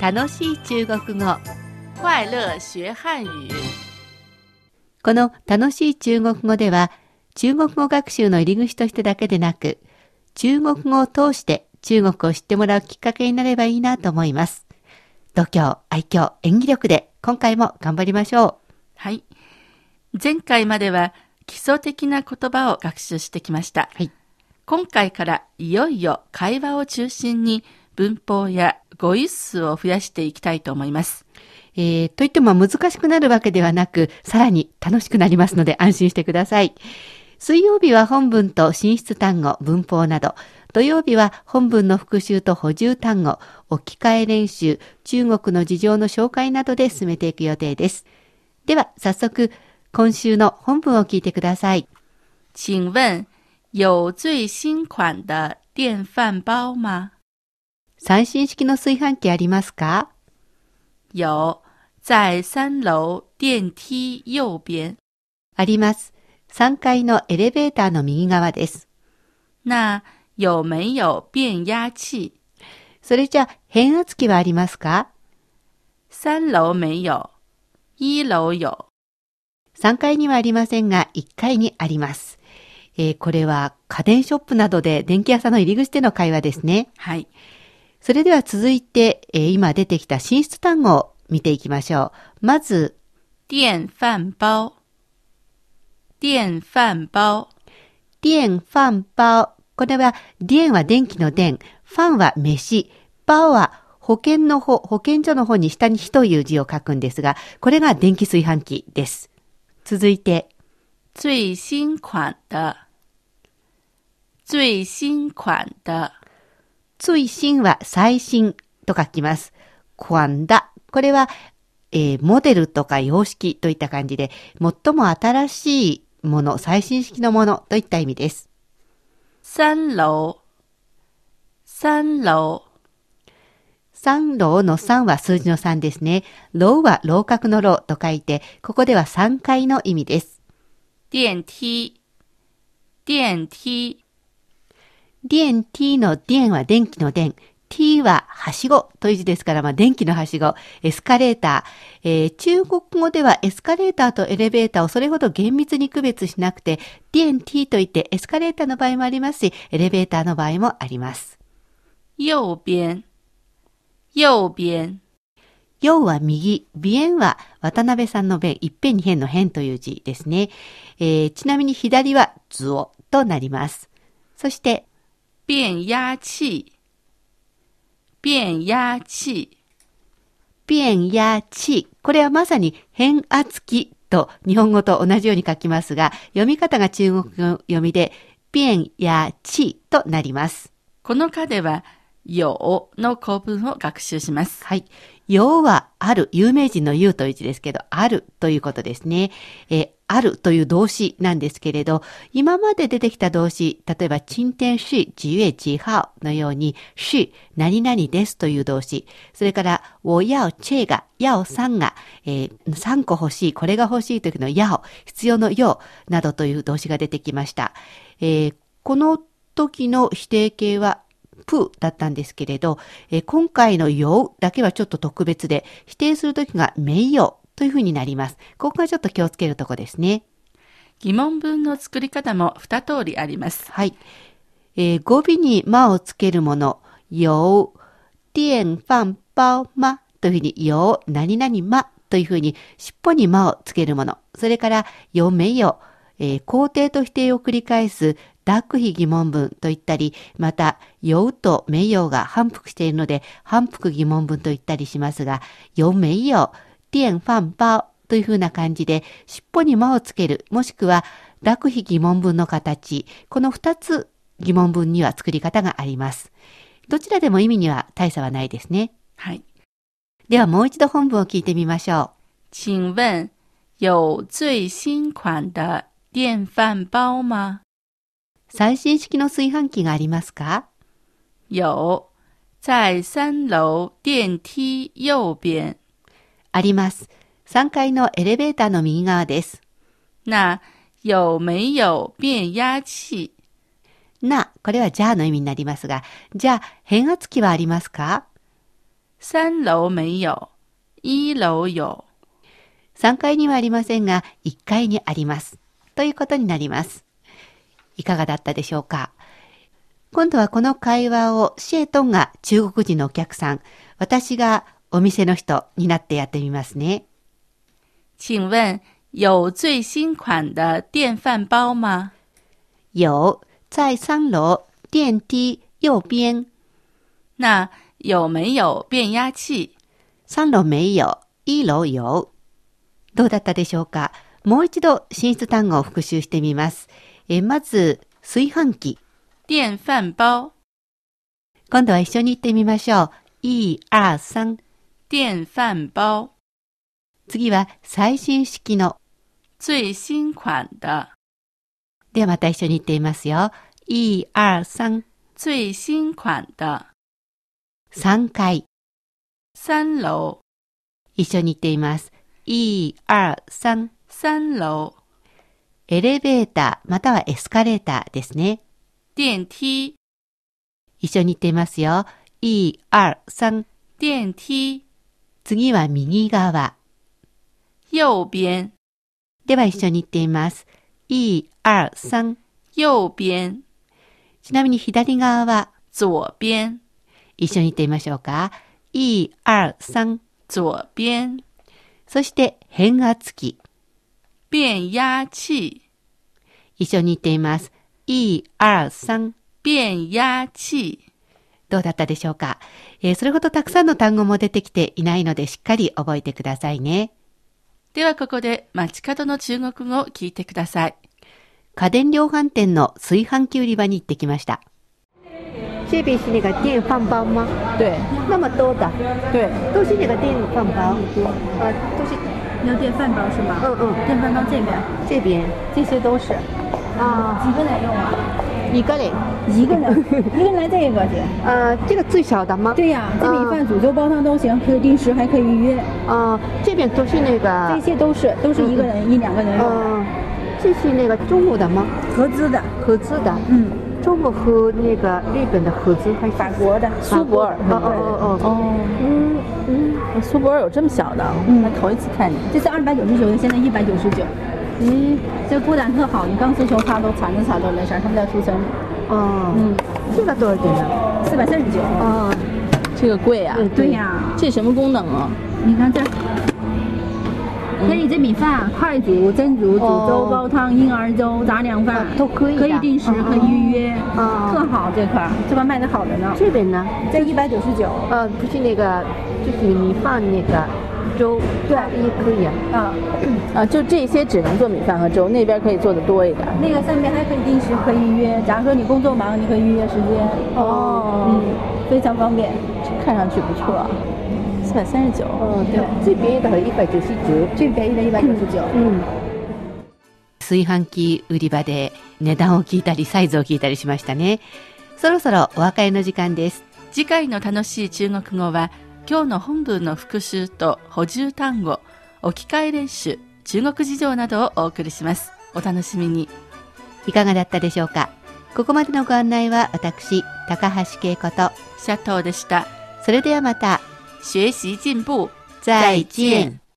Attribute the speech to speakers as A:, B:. A: 楽しい中国語
B: 快乐学汉语。
A: この楽しい中国語では中国語学習の入り口としてだけでなく中国語を通して中国を知ってもらうきっかけになればいいなと思います度胸愛嬌演技力で今回も頑張りましょ
B: はい。前回までは基礎的な言葉を学習してきました。
A: はい
B: 今回からいよいよ会話を中心に文法や語彙数を増やしていきたいと思います。
A: う、えー、といっても難しくなるわけではなくさらに楽しくなりますので安心してください水曜日は本文と進出単語文法など土曜日は本文の復習と補充単語置き換え練習中国の事情の紹介などで進めていく予定ですでは早速今週の本文を聞いてください
B: 请问有最新款的电饭煲吗？
A: 最新式の炊飯器ありますか
B: 有，在三楼电梯右边。
A: あります。3階のエレベーターの右側です。
B: 那有没有变压器？
A: それじゃあ、変圧器はありますか
B: 三楼没有，一楼有。
A: ?3 階にはありませんが、1階にあります。えーこれは家電ショップなどで電気屋さんの入り口での会話ですね。
B: はい。
A: それでは続いて、えー今出てきた進出単語を見ていきましょう。まず、
B: 电饭煲，电饭煲，
A: 電ファンパオ。これは、電は電気の電、ファンは飯、パオは保険の方、保健所の方に下に火という字を書くんですが、これが電気炊飯器です。続いて、
B: 最新款的，最新款的。
A: 最新は最新と書きます。コアンダ。これは、えーモデルとか様式といった感じで、最も新しいもの、最新式のものといった意味です。
B: 三楼，三楼，
A: 三楼の三は数字の三ですね。楼は楼閣の楼と書いて、ここでは三階の意味です。
B: 电梯，电梯。
A: 電 t の電は電気の電。t ははしごという字ですから、まあ、電気のはしご、エスカレーター、えー中国語ではエスカレーターとエレベーターをそれほど厳密に区別しなくて、電 t といってエスカレーターの場合もありますし、エレベーターの場合もあります。
B: 右边，右边，
A: 要は右、鼻炎は渡辺さんの弁、いっぺんに変の変という字ですね。えーちなみに左は図をとなります。そして、
B: 变压器，变压器，
A: 便や地、これはまさに変圧器と日本語と同じように書きますが、読み方が中国語読みで、便や地となります。
B: この課では有の構文を学習します。
A: はい。要はある、有名人の言うという字ですけど、あるということですね。えーあるという動詞なんですけれど、今まで出てきた動詞、例えば、陳天し、自由自ハのように、し、何々ですという動詞、それから、我要チェが、要さんが、えー、3個欲しい、これが欲しい時の要、必要の要などという動詞が出てきました。えーこの時の否定形は、プーだったんですけれど、えー今回のようだけはちょっと特別で、否定するときが名誉というふうになります。ここがちょっと気をつけるとこですね。
B: 疑問文の作り方も二通りあります。
A: はい。えー語尾にまをつけるもの、よう、電飯包まというふうに、よう、何々まというふうに、尻尾にまをつけるもの、それから、よめよ、えー肯定と否定を繰り返す、濁非疑問文と言ったり、また、ようとめようが反復しているので、反復疑問文と言ったりしますが、よめよ、電飯包というふうな感じで、尻尾に間をつける、もしくは、落非疑問文の形、この2つ疑問文には作り方があります。どちらでも意味には大差はないですね。
B: はい。
A: ではもう一度本文を聞いてみましょ
B: 请问有最新款的电饭煲吗？
A: う。最新式の炊飯器がありますか
B: 有，在三楼电梯右边。
A: あります。3階のエレベーターの右側です。
B: 那有没有变压器？
A: な、これはじゃあの意味になりますが、じゃあ変圧器はありますか
B: 三楼没有。一楼有。
A: 3階にはありませんが、1階にあります。ということになります。いかがだったでしょうか今度はこの会話をシエトンが中国人のお客さん、私がお店の人になってやってみますね。
B: 请问有最新款的电饭煲吗？
A: 有、在三楼、電梯、右边、
B: 那有没有变压器？
A: 三楼没有、一楼有。どうだったでしょうかもう一度進出単語を復習してみます。えまず、炊飯器。
B: 电饭煲，
A: 今度は一緒に行ってみましょう。一、二、三。
B: 电饭煲，
A: 次は最新式の。
B: 最新款的，
A: ではまた一緒に言っていますよ。一、二、三。
B: 最新款的。
A: 三回。
B: 三楼，
A: 一緒に言っています。一、二、三。
B: 三楼，
A: エレベーターまたはエスカレーターですね。
B: 电梯，
A: 一緒に言っていますよ。一、二、三。
B: 电梯，
A: 次は右側。
B: 右边，
A: では一緒に言っています。一、二、三。
B: 右边，
A: ちなみに左側は
B: 左边，
A: 一緒に言ってみましょうか。一、二、三。
B: 左边，
A: そして変圧器。
B: 变压器，
A: 一緒に言っています。一、二、三。
B: 变压器。
A: どうだったでしょうか、えーそれほどたくさんの単語も出てきていないのでしっかり覚えてくださいね。
B: ではここで街角の中国語を聞いてください。
A: 家電量販店の炊飯器売り場に行ってきました。这边是那个电饭煲吗？
C: 对
A: 那么多的，
C: 对，
A: 都是那个电饭煲，啊，都是，
C: 你要电饭煲是吗？
A: 嗯嗯，
C: 电饭煲这边，
A: 这边
C: 这些都是
A: 啊，
C: 几个人用啊？
A: 一个人，
C: 一个人，一个人来这个姐。
A: 呃，这个最小的吗？
C: 对呀、这米饭、煮粥、煲汤都行，可以定时，还可以预约。
A: 啊，这边都是那
C: 这
A: 个，
C: 些都是都是一个人、一两个人用，
A: 呃，这是那个中国的吗？
C: 合资的。
A: 合资的，
C: 嗯，
A: 中国和那个日本的合资还是
C: 法国的苏泊尔。
A: 哦哦哦哦，
C: 嗯嗯，苏泊尔有这么小的，嗯，头一次看见。这是二百九十九的，现在一百九十九。嗯，这锅胆特好，你刚需求它都缠着它都没事儿，他们在储存。
A: 哦，
C: 嗯，
A: 这个多少钱呢？
C: 四百三十九。
A: 哦，
C: 这个贵啊
A: 嗯对
C: 对呀、这什么功能啊？你看这儿。可以这米饭、快煮、蒸煮、煮粥
A: 哦、
C: 煲汤、婴儿粥、杂粮饭
A: 哦都可以的
C: 啊可以定时
A: 嗯，
C: 可以预约，
A: 嗯
C: 特好这块儿，这块卖的好的呢，
A: 这边呢？
C: 这一百九十九，
A: 呃，不是那个，就是你放那个粥，
C: 对
A: 也可以啊。
C: 啊，
D: 啊，就这些只能做米饭和粥，那边可以做的多一点。
C: 那个上面还可以定时，可以预约，假如说你工作忙，你可以预约时间，
A: 哦
C: 嗯，非常方便，
D: 看上去不错，啊四百三十九。
A: 哦，对，最便宜的一百九十九。
C: 最便宜的一百九十九，
A: 嗯。炊飯器売り場で値段を聞いたりサイズを聞いたりしましたね。そろそろお別れの時間です。
B: 次回の楽しい中国語は今日の本文の復習と補充単語置き換え練習中国事情などをお送りしますお楽しみに
A: いかがだったでしょうかここまでのご案内は私、高橋恵子と、
B: シャトーでした
A: それではまた、
B: 学習進步
A: 再见。